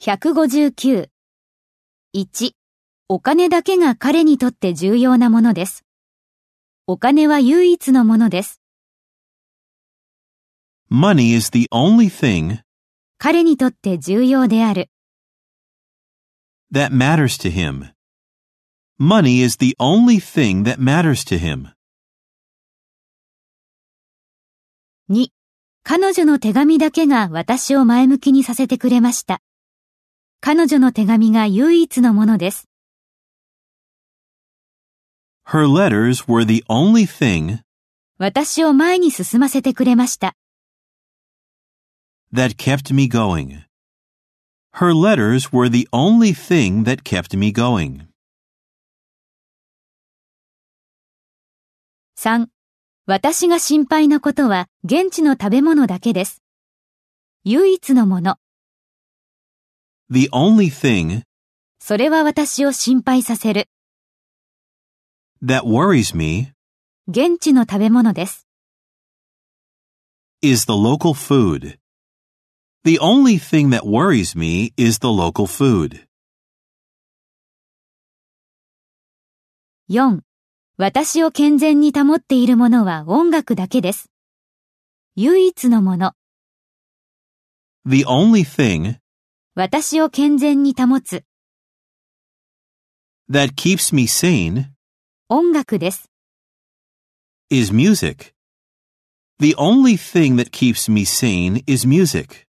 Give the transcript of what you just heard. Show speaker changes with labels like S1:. S1: 159。1. お金だけが彼にとって重要なものです。お金は唯一のものです。
S2: Money is the only thing
S1: 彼にとって重要である。
S2: that matters to him. Money is the only thing that matters to him.
S1: 2. 彼女の手紙だけが私を前向きにさせてくれました。彼女の手紙が唯一のものです。
S2: Her letters were the only thing
S1: 私を前に進ませてくれました。
S2: that kept me going. Her letters were the only thing that kept me going.
S1: 3. 私が心配なことは現地の食べ物だけです。唯一のもの。
S2: The only thing
S1: それは私を心配させる。
S2: that worries me
S1: 現地の食べ物です。
S2: is the local food. The only thing that worries me is the local food.
S1: 4. 私を健全に保っているものは音楽だけです。唯一のもの。
S2: The only thing
S1: 私を健全に保つ。
S2: that keeps me sane
S1: 音楽です。
S2: is music. The only thing that keeps me sane is music.